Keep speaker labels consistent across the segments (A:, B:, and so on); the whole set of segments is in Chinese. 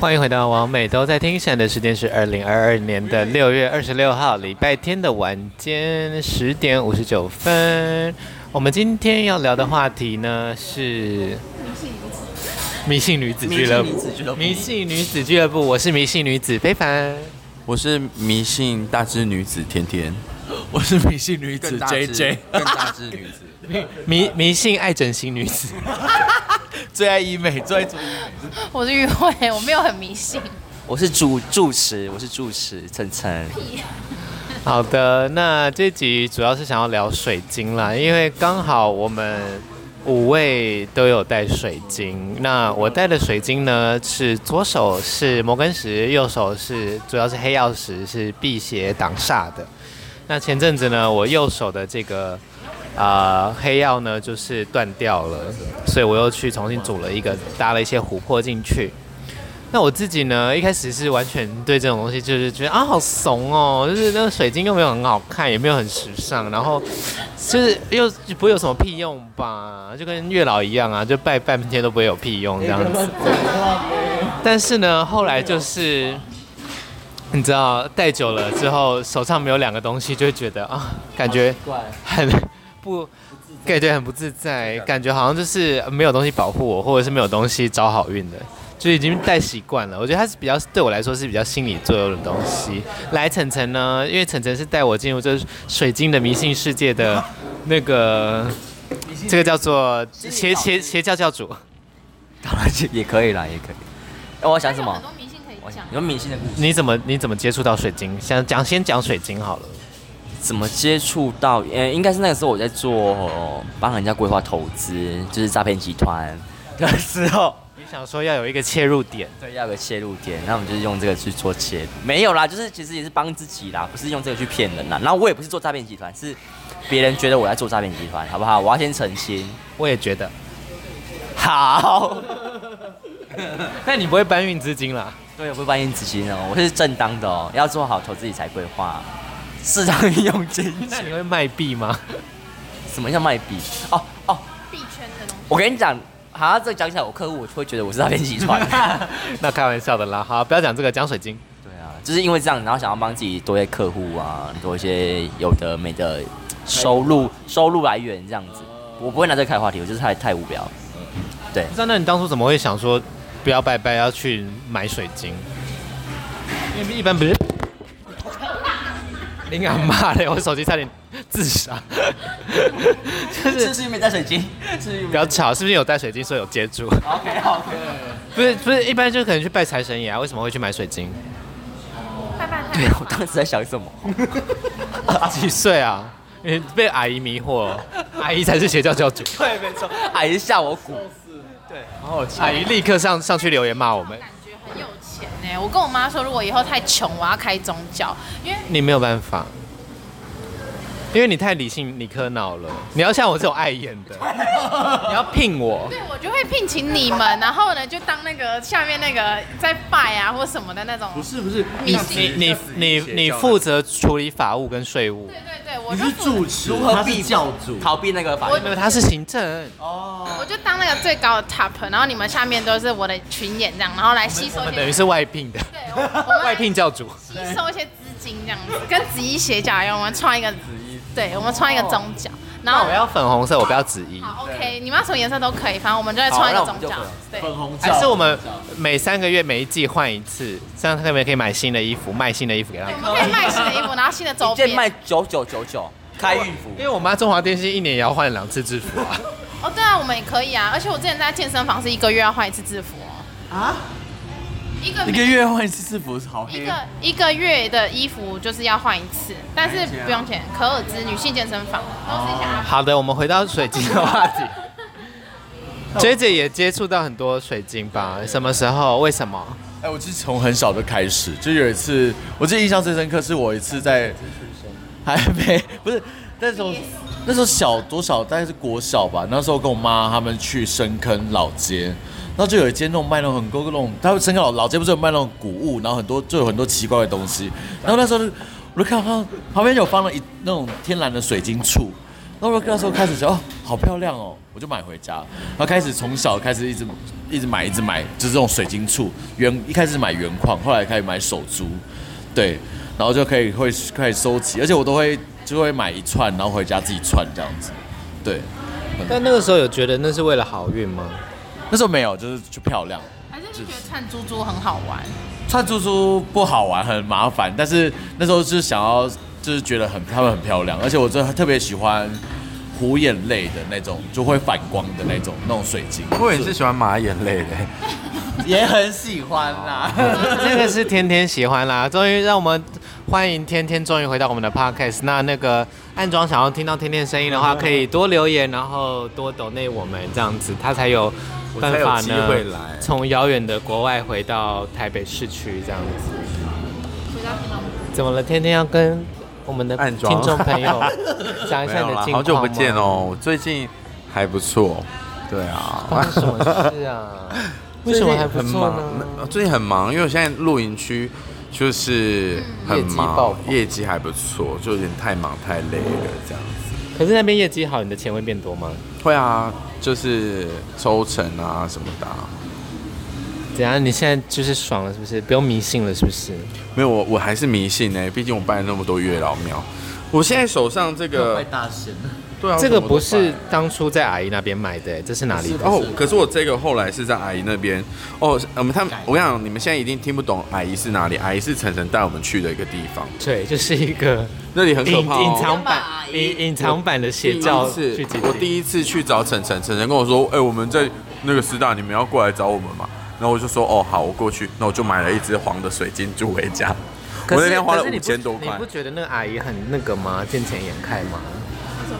A: 欢迎回到王美都在听，现在的时间是二零二二年的六月二十六号礼拜天的晚间十点五十九分。我们今天要聊的话题呢是迷信女子俱乐
B: 迷信
A: 部
B: 女子俱乐。部
A: 迷信女子俱乐部，我是迷信女子非凡。
C: 我是迷信大只女子甜甜，
B: 我是迷信女子
C: 更大只
B: JJ，
C: 更大只女子，
A: 迷迷信爱整形女子，
B: 最爱医美，最爱做医美。
D: 我是玉慧，我没有很迷信。
E: 我是主住持，我是住持晨晨。
A: 好的，那这集主要是想要聊水晶啦，因为刚好我们五位都有带水晶。那我带的水晶呢是左手是摩根石，右手是主要是黑曜石，是辟邪挡煞的。那前阵子呢，我右手的这个啊黑曜呢就是断掉了，所以我又去重新组了一个，搭了一些琥珀进去。那我自己呢，一开始是完全对这种东西就是觉得啊好怂哦，就是那个水晶又没有很好看，也没有很时尚，然后就是又就不会有什么屁用吧，就跟月老一样啊，就拜半天都不会有屁用这样子。但是呢，后来就是你知道戴久了之后，手上没有两个东西，就会觉得啊，感觉很不。感觉很不自在，感觉好像就是没有东西保护我，或者是没有东西招好运的。就已经带习惯了。我觉得它是比较对我来说是比较心理作用的东西。来，晨晨呢，因为晨晨是带我进入这水晶的迷信世界的那个，这个叫做邪邪邪教教主。
E: 当然是也可以啦，也可以。哎、我要讲什么
D: 很？多迷信可以
E: 我
D: 讲。
E: 有明星的故事，
A: 你怎么你怎么接触到水晶？想讲先讲水晶好了。
E: 怎么接触到？呃，应该是那个时候我在做帮人家规划投资，就是诈骗集团的时候。
A: 你想说要有一个切入点，
E: 对，要有个切入点，那我们就是用这个去做切入。没有啦，就是其实也是帮自己啦，不是用这个去骗人啦。然后我也不是做诈骗集团，是别人觉得我在做诈骗集团，好不好？我要先澄清。
A: 我也觉得。
E: 好，
A: 那你不会搬运资金啦？
E: 对，我不会搬运资金哦，我是正当的哦，要做好投资理财规划，适当运用金
A: 那
E: 钱。
A: 你会卖币吗？
E: 什么叫卖笔？哦哦，
D: 币圈的东西。
E: 我跟你讲，好像这讲起来，我客户我就会觉得我是诈骗集团。
A: 那开玩笑的啦。好，不要讲这个，讲水晶。
E: 对啊，就是因为这样，然后想要帮自己多一些客户啊，多一些有的没的收入收入来源这样子。我不会拿这个开话题，我就是太太无聊。
A: 不知道，那你当初怎么会想说不要拜拜，要去买水晶？因为一般不 是。林阿妈嘞，我手机差点自杀， 就是
E: 是没带水晶，是
A: 比较吵，是不是有带水晶，所以有接住？
E: OK OK。
A: 不是不是，一般就可能去拜财神爷啊，为什么会去买水晶？
D: 拜拜
E: 对
D: 太
E: 我当时在想什么？
A: 几岁啊？你被阿姨迷惑 了，阿姨才是邪教教主，
E: 对，没错，矮一下我鼓。
A: 阿姨立刻上上去留言骂我们，
D: 感觉很有钱呢、我跟我妈说，如果以后太穷，我要开宗教，因为
A: 你没有办法，因为你太理性，理科脑了，你要像我这种碍眼的，你要聘我。
D: 对我就会聘请你们，然后呢就当那个下面那个在拜啊或什么的那种。
B: 不是不是，
A: 你
D: 迷信。
A: 你你你负责处理法务跟税务，
D: 对对对，我
B: 你
D: 就是负
B: 住
D: 责
B: 持，
E: 如何
B: 他
E: 避
B: 是教主，
E: 逃避那个法
D: 我
E: 律
A: 没有，他是行政，哦
D: 我就当那个最高的 top，然后你们下面都是我的群演这样，然后来吸收
A: 我
D: 一
A: 们等于
D: 些。
A: 是外聘的，
D: 对，我我们
A: 外
D: 来
A: 聘教主。
D: 吸收一些资金这样子，跟子怡邪教一样，我们创一个，对，我们创一个宗教，然
A: 那
D: 后
A: 我要粉红色，我不要紫衣。
D: 好 OK，你们要什么颜色都可以，反正我们就会创一个
E: 好那我
D: 宗
E: 们就
D: 教
E: 粉，
D: 对，
B: 粉红罩，
A: 还是我们每三个月每一季换一次，这样他们可以买新的衣服，卖新的衣服给他们
D: 我。们可以卖新 的衣服，然后新的周
E: 一件卖
D: 边。
E: 九九九九，开运服
A: 因。为我妈中华电信一年也要换两次制服啊，
D: 哦，对啊，我们也可以啊，而且我之前在健身房是一个月要换一次制服哦。啊？一个
B: 一个月换一次制服，好
D: 一
B: 黑
D: 个。一个月的衣服就是要换一次，但是不用钱。可尔兹女性健身房都是一些阿
A: 好的，我们回到水晶的话 题。J J 也接触到很多水晶吧？什么时候？为什么？
B: 哎，我是从很小就开始，就有一次，我记得印象最深刻是我一次在，还没不是那时候。那时候小多少，大概是国小吧。那时候跟我妈他们去深坑老街，然后就有一间那种卖那种很多那种，他们深坑老老街不是有卖那种古物，然后很多就有很多奇怪的东西。然后那时候就我就看到他旁边有放了一那种天然的水晶柱，然后那时候开始觉得哦，好漂亮哦，我就买回家。然后开始从小开始一直一直买，一直买，就是这种水晶簇原一开始买原矿，后来开始买手珠，对，然后就可以会开始收集，而且我都会就会买一串，然后回家自己串这样子。对，
A: 但那个时候有觉得那是为了好运吗？
B: 那时候没有，就是就漂亮。
D: 还是就觉得串珠珠很好玩，
B: 串珠珠不好玩，很麻烦，但是那时候是想要，就是觉得很它们很漂亮，而且我真的特别喜欢虎眼类的那种，就会反光的那种那种水晶，
C: 我也是喜欢马眼泪的，
B: 也很喜欢啦。
A: 那个是天天喜欢啦，终于让我们欢迎天天终于回到我们的 podcast。那那个暗装想要听到天天声音的话，可以多留言，然后多抖内我们这样子，他才有办法
C: 我才有机
A: 呢
C: 会来，
A: 从遥远的国外回到台北市区这样子。
D: 回到平常
A: 怎么了？天天要跟我们的
C: 暗装
A: 听众朋友讲一
C: 没
A: 下
C: 有
A: 你的
C: 啦，
A: 近况
C: 好久不
A: 吗
C: 见，哦，我最近还不错，对啊，
A: 发生什么事啊？ 为什么还不
C: 很
A: 错
C: 忙
A: 呢？？
C: 呃最近很忙，因为我现在露营区就是
A: 嗯
C: 很
A: 业绩爆
C: 忙，
A: 棚
C: 业绩还不错，就有点太忙太累了这样子。
A: 可是那边业绩好，你的钱会变多吗？
C: 会啊，就是抽成啊什么的啊、
A: 怎样？你现在就是爽了，是不是？不用迷信了，是不是？
C: 没有我我还是迷信呢、毕竟我拜了那么多月老庙。我现在手上这个，
B: 大神，
C: 对啊，
A: 这个
C: 我什么
A: 不
C: 都
A: 是
C: 拜
A: 当初在阿姨那边买的、这是哪里的？
C: 哦，可是我这个后来是在阿姨那边哦，我们他们，我跟你讲，你们现在一定听不懂阿姨是哪里，阿姨是晨晨带我们去的一个地方，
A: 对，就是一个
C: 那 里很
A: 隐
C: 可怕、哦，
A: 哎隐藏版
D: 我爸、爸
A: 隐隐藏版的邪
C: 第
A: 教聚
C: 一次
A: 集地。
C: 我第一次去找晨晨，晨晨跟我说：“哎、我们在那个师大，你们要过来找我们嘛？”然后我就说：“哦，好，我过去。”那我就买了一只黄的水晶珠回 家。
A: 可
C: 我
A: 是
C: 那天花了
A: 可是
C: 五
A: 你不
C: 千多块
A: 你不，觉得那个阿姨很那个吗？见钱眼开吗？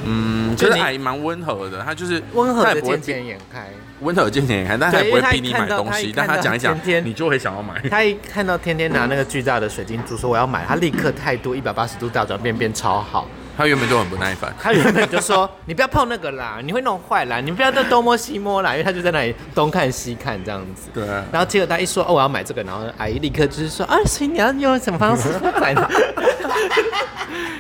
C: 嗯，就是
A: 你
C: 阿姨蛮温和的，她就是
A: 温和
C: 她
A: 的
C: 也不会
A: 见
C: 逼
A: 钱眼开。
C: 温和见钱眼开，但她也
A: 对
C: 不
A: 因为
C: 会
A: 她
C: 逼
A: 一
C: 你
A: 看
C: 买
A: 到
C: 东
A: 她一
C: 西，
A: 看
C: 但她
A: 到
C: 讲一讲
A: 天，天
C: 你就会想要买。
A: 她一看到天天拿那个巨大的水晶珠说我要买，她立刻态度一百八十度大转变，变超好。
C: 她原本就很不耐烦，
A: 她原本就 说你不要碰那个啦，你会弄坏啦，你不要再东摸西摸啦，因为她就在那里东看西看这样子。
C: 对啊，
A: 然后结果他一说哦我要买这个，然后阿姨立刻就是说啊，所以你要用什么方式买呢？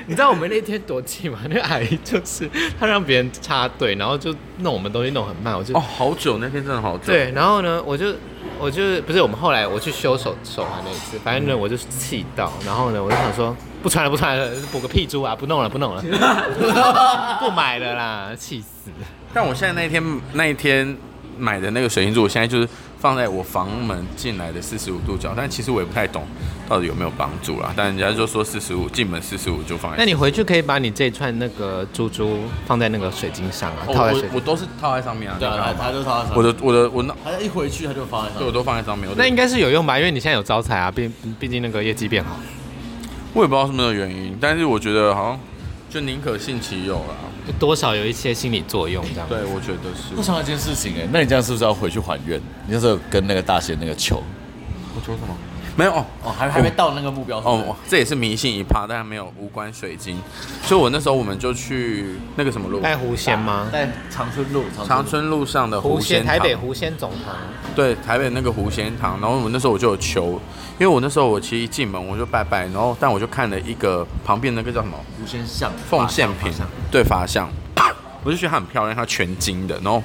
A: 你知道我们那天多气吗？那个阿姨就是她让别人插队，然后就弄我们东西弄很慢，我就、
C: 哦，好久，那天真的好久。，
A: 对，然后呢，我就我就不是我们后来我去修手手环那一次，反正呢我就是气到，然后呢我就想说不穿了不穿了，补个屁珠啊，不弄了不 弄了，不买了啦，气死！
C: 但我现在那天那一天买的那个水晶柱，我现在就是放在我房门进来的四十五度角，但其实我也不太懂到底有没有帮助啦。但人家就说四十五进门四十五就放在。
A: 那你回去可以把你这一串那个珠珠放在那个水晶上啊，
C: 我
A: 套在水
C: 哦
A: 晶
C: 我我都是套在上面啊，
B: 对
C: 你
B: 啊，
C: 知道吗
B: 他就他
C: 我的我的我那
B: 他一回去他就发现
C: 对我都放在上面，我都
A: 那应该是有用吧，因为你现在有招财啊，毕毕竟那个业绩变好。
C: 我也不知道什么的原因，但是我觉得好像就宁可信其有啦。
A: 多少有一些心理作用，这样。
C: 对，我觉得是
B: 我。想到一件事情哎、那你这样是不是要回去还愿？你那时候跟那个大仙那个求
C: 我说什么？没有哦
B: 哦，还还没到那个目标
C: 哦，
B: 哦
C: 哇，这也是迷信一趴，但没有无关水晶。所以我那时候我们就去那个什么路，
A: 带狐仙吗？
B: 在长春路，
C: 长春路上的
A: 狐
C: 狐仙
A: 仙，台北
C: 堂
A: 狐仙总堂。
C: 对，台北那个狐仙堂，然后我那时候我就有求，因为我那时候我其实一进门我就拜拜，然后但我就看了一个旁边那个叫什么
B: 路先巷
E: 欸
C: 奉献品
B: 法相，
C: 对法像， 我就觉得它很漂亮，它全金的，然后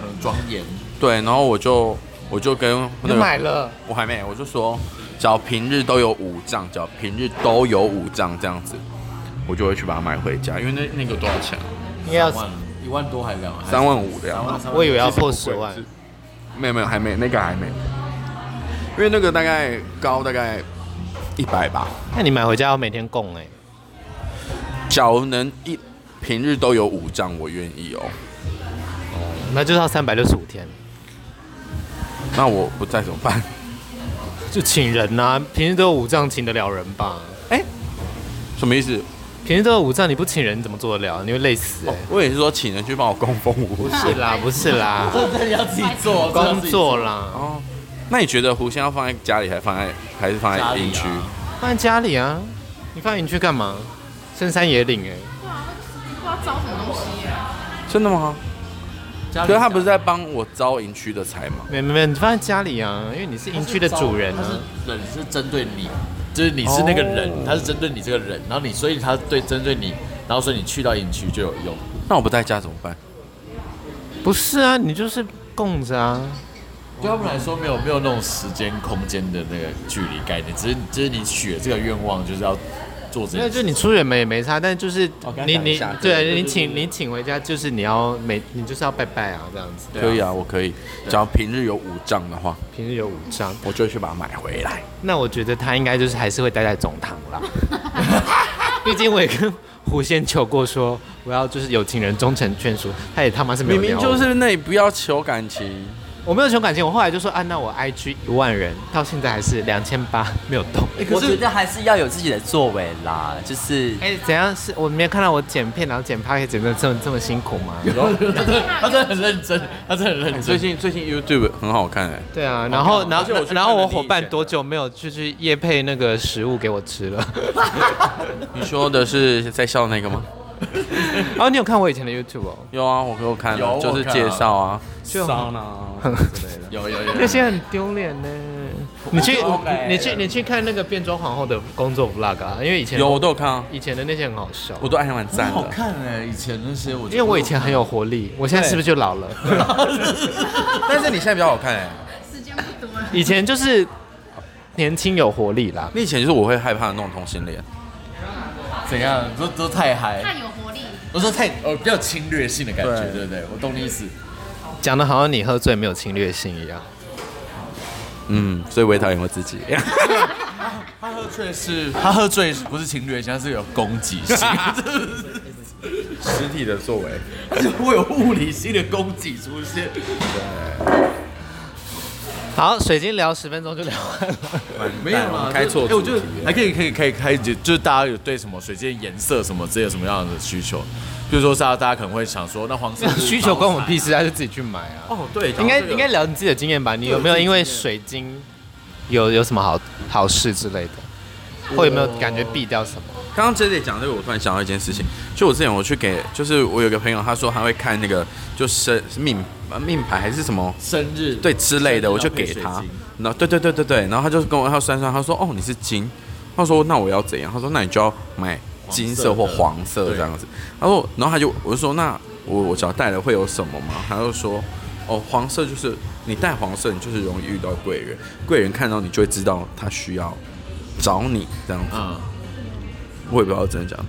B: 很庄严，
C: 对，然后我就我就跟
A: 你
C: 那个
A: 买了？
C: 我还没，我就说只要平日都有五张，只要平日都有五张这样子，我就会去把它买回家，因为那那个多少钱啊？
A: 应该要
B: 三，万一万多还两万，
C: 三万五的呀
B: 三。万，三万
A: 我以为要破
C: 其实
A: 十
C: 不贵
A: 万
C: 是。没有没有，还没那个还没，因为那个大概高大概一百吧，
A: 那你买回家要每天供哎、
C: 假如能一平日都有五张，我愿意哦。
A: 那就是要三百六十五天。
C: 那我不在怎么办？
A: 就请人呐、平时都有五丈，请得了人吧？
C: 什么意思？
A: 平时都有五丈，你不请人你怎么做得了？你会累死哎、
C: 哦我也是说请人去帮我供风无
A: 不是啦，不是 啦，
B: 这你要自己做
A: 工作，啦，
C: 哦。那你觉得狐仙要放在家里，还放在还是放
B: 家
C: 在
B: 里
C: 营区？
A: 放在家里啊。你放进去干嘛？深山野岭哎、
D: 不知道招什么东西耶，
C: 真的吗？
B: 家
C: 可是他不是在帮我招营区的财吗？
A: 没没没，你放在家里啊，因为你是营区的主人啊。
B: 他是人
A: 哦
B: 是针对你，就是你是那个人，他是针对你这个人，然后你所以他对针对你，然后所以你去到营区就有用。
A: 哦
C: 那我不在家怎么办？
A: 不是啊，你就是供着啊。
B: 对他们来说，没有没有那种时间空间的那个距离概念，只是只是你许了这个愿望，就是要做这
A: 没有，
B: 件
A: 就
B: 事。
A: 你出远门也没差，但就是
E: 哦跟他
A: 你
E: 讲一
A: 你
E: 下对对
A: 对
E: 对
A: 你
E: 对
A: 请你请回家，就是你要每你就是要拜拜啊这样子。对
C: 可以啊，我可以。只要平日有五张的话，
A: 平日有五张，
C: 我就会去把它买回来。
A: 那我觉得他应该就是还是会待在总堂 啦。毕竟我也跟狐仙求过说，我要就是有情人终成眷属，他也他妈是没有啊
C: 明
A: 鸟
C: 明
A: 我
C: 就是那里不要求感情，
A: 我没有求感情，我后来就说啊，那我 IG 一万人，到现在还是两千八没有动。
B: 欸
E: 我觉得还哎是要欸有自己的作为啦，就是
A: 哎、怎样是我没有看到我剪片，然后剪 p 可以剪得这么这么辛苦吗？
B: 他真的很认真，他真的很认真。
C: 最近最近 YouTube 很好看哎、
A: 对啊，然后然
C: 而且
A: 后
C: 我去
A: 然后
C: 看了
A: 我
C: 你
A: 伙伴
C: 以前
A: 多久没有去去夜配那个食物给我吃 了？
C: 你说的是在笑那个吗？
A: 然后你有看我以前的 YouTube 哦，
C: 有啊，我给我看
B: 有
C: 了，就是
B: 我看啊
C: 介绍啊。
A: 就
B: 有有有
A: 那些很丢脸呢。你去
E: 我没
A: 你去你去看那个变装皇后的工作 vlog 啊，因为以前
C: 有我都有看啊，
A: 以前的那些很好笑，
C: 我都按完赞
B: 好
C: 了。
B: 看哎、以前那些我觉
A: 因
B: 得
A: 为我以前很有活力，我现在是不是就老了？
C: 但是你现在比较好看哎、
D: 时间不多了。
A: 以前就是年轻有活力啦，
C: 你以前就是我会害怕的那种同性恋，
B: 怎样都都太嗨，
D: 太有活力，
B: 我说太呃比较侵略性的感觉，
C: 对
B: 对不对？我懂你意思。
A: 讲的好像你喝醉没有侵略性一样。
C: 嗯，所以我也讨厌我自己。
B: 他喝醉是，他喝醉不是侵略性，他是有攻击性，
C: 实体的作为，
B: 他就 会有物理性的攻击出现。
A: 好，水晶聊十分钟就聊完了。
B: 没有啦，
C: 开错
B: 哎、我
C: 主
B: 觉
C: 题
B: 得还可以，可以，可以开，就就是大家有对什么水晶颜色什么之类有什么样的需求，比如说大家大家可能会想说，那黄色是
A: 需求关我们屁事，还是自己去买啊？
C: 哦，对，
A: 应该应该聊你自己的经验吧？你有没有因为水晶有有什么好好事之类的，或有没有感觉避掉什么？
C: 刚刚 J J 讲这个，我突然想到一件事情，就我之前我去给，就是我有个朋友，他说他会看那个就是命呃命牌还是什么
B: 生日
C: 对之类的，
B: 生日
C: 我就
B: 要配
C: 给
B: 水
C: 他
B: 晶。
C: 然后对对对对对，然后他就跟我他酸酸，他说哦你是金，他说那我要怎样？他说那你就要买金色或黄色这样子。他说，然后他就我就说那我我只要戴了会有什么吗？他就说哦黄色就是你戴黄色，你就是容易遇到贵人，贵人看到你就会知道他需要找你这样子。
B: 嗯，
C: 我也不知道真的假的，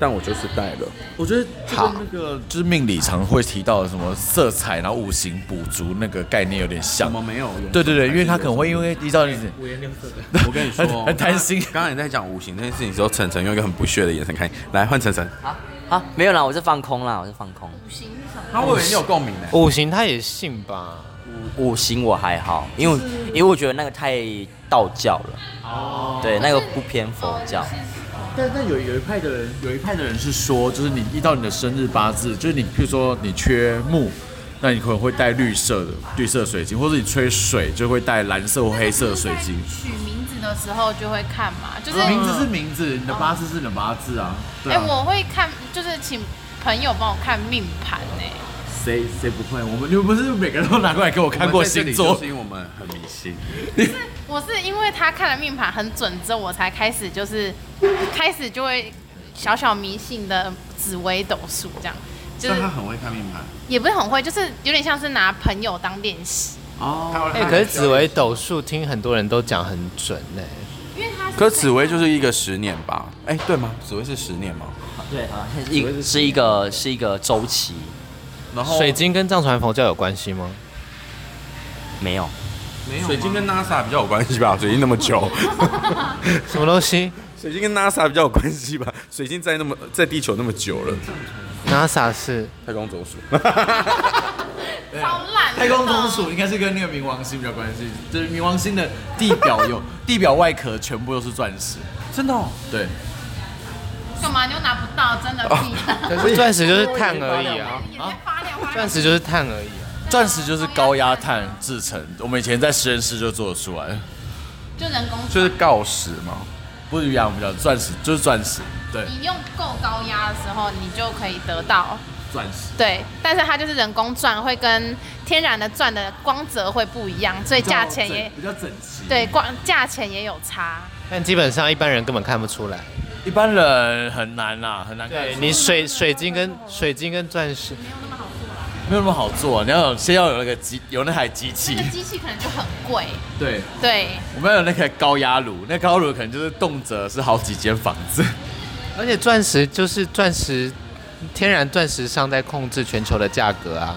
C: 但我就是戴了。
B: 我觉得
A: 好
B: 好那个就是命理常会提到的什么色彩，然后五行补足那个概念有点像。
C: 没有？
B: 对对对，因为他可能会因为依照你
A: 五颜六色的。
C: 我跟你说，
B: 很很担心
C: 刚刚你在讲五行这件事情的时候，晨晨用一个很不屑的眼神看你。来换晨晨，
E: 啊啊没有啦，我是放空啦，我是放空。
D: 五行是什么？
C: 他我以为你有共鸣呢。
A: 五行他也信吧？
E: 五行我还好，因为因为我觉得那个太道教了，哦，对，那个不偏佛教。
B: 但但有有一派的人，有一派的人是说，就是你依照你的生日八字，就是你譬如说你缺木，那你可能会带绿色的绿色水晶，或者你缺水就会带蓝色或黑色的水晶。
D: 取名字的时候就会看嘛，就是
E: 嗯
B: 名字是名字，你的八字是你的八字啊。对
D: 哎、
B: 啊，
D: 我会看，就是请朋友帮我看命盘欸呢、
B: 谁谁不会？我们你们不是每个人都拿过来给我看过星
C: 我们在这里
B: 座
C: 就？是因为我们很迷信。
D: 我是因为他看了命盘很准之后，我才开始就是开始就会小小迷信的紫微斗数这样，就
C: 但
D: 是
C: 他很会看命盘
D: 也不是很会，就是有点像是拿朋友当练习，
C: 哦
A: 哎、可是紫微斗数听很多人都讲很准呢、
D: 因为他
C: 可是紫薇就是一个十年吧？哎，对吗？紫薇是十年吗？
E: 对啊，一是一个是一个周期，
C: 然后
A: 水晶跟藏传佛教有关系吗？
E: 没有。
C: 水晶跟 NASA 比较有关系吧？水晶那么 久，
A: 什么东西
C: 水晶跟 NASA 比较有关系吧？水晶在那么在地球那么久了，
A: ？NASA 是
C: 太空总 署。
D: 超烂的，
B: 太空公主应该是跟那个冥王星比较关系，就是冥王星的地表有地表外壳全部都是钻石，
C: 真的、哦？
B: 对。
D: 干嘛你又拿不到，真的屁、
C: 哦
A: 可是钻石就是碳而已啊，
D: 眼睛发亮发亮
A: 钻石就是碳而已、啊。
B: 钻石就是高压碳制成，我们以前在实验室就做得出来，
D: 就人工
C: 就是锆石嘛。
B: 不一样，我们叫钻石就是钻石，对，
D: 你用够高压的时候，你就可以得到。
B: 钻石。
D: 对，但是它就是人工钻，会跟天然的钻的光泽会不一样，所以价钱也
B: 比较整齐，
D: 对光价钱也有差。
A: 但基本上一般人根本看不出来。
B: 一般人很难啦，很难看
A: 对
B: 出
A: 你水水晶跟水晶跟钻石，
B: 没有那么好做、你要有先要有那个机，有那台机器
D: 那。个机器可能就很贵，
B: 对，
D: 对，
B: 我们要有那台高压炉，那高压炉可能就是动辄是好几间房子。
A: 而且钻石就是钻石，天然钻石商在控制全球的价格啊。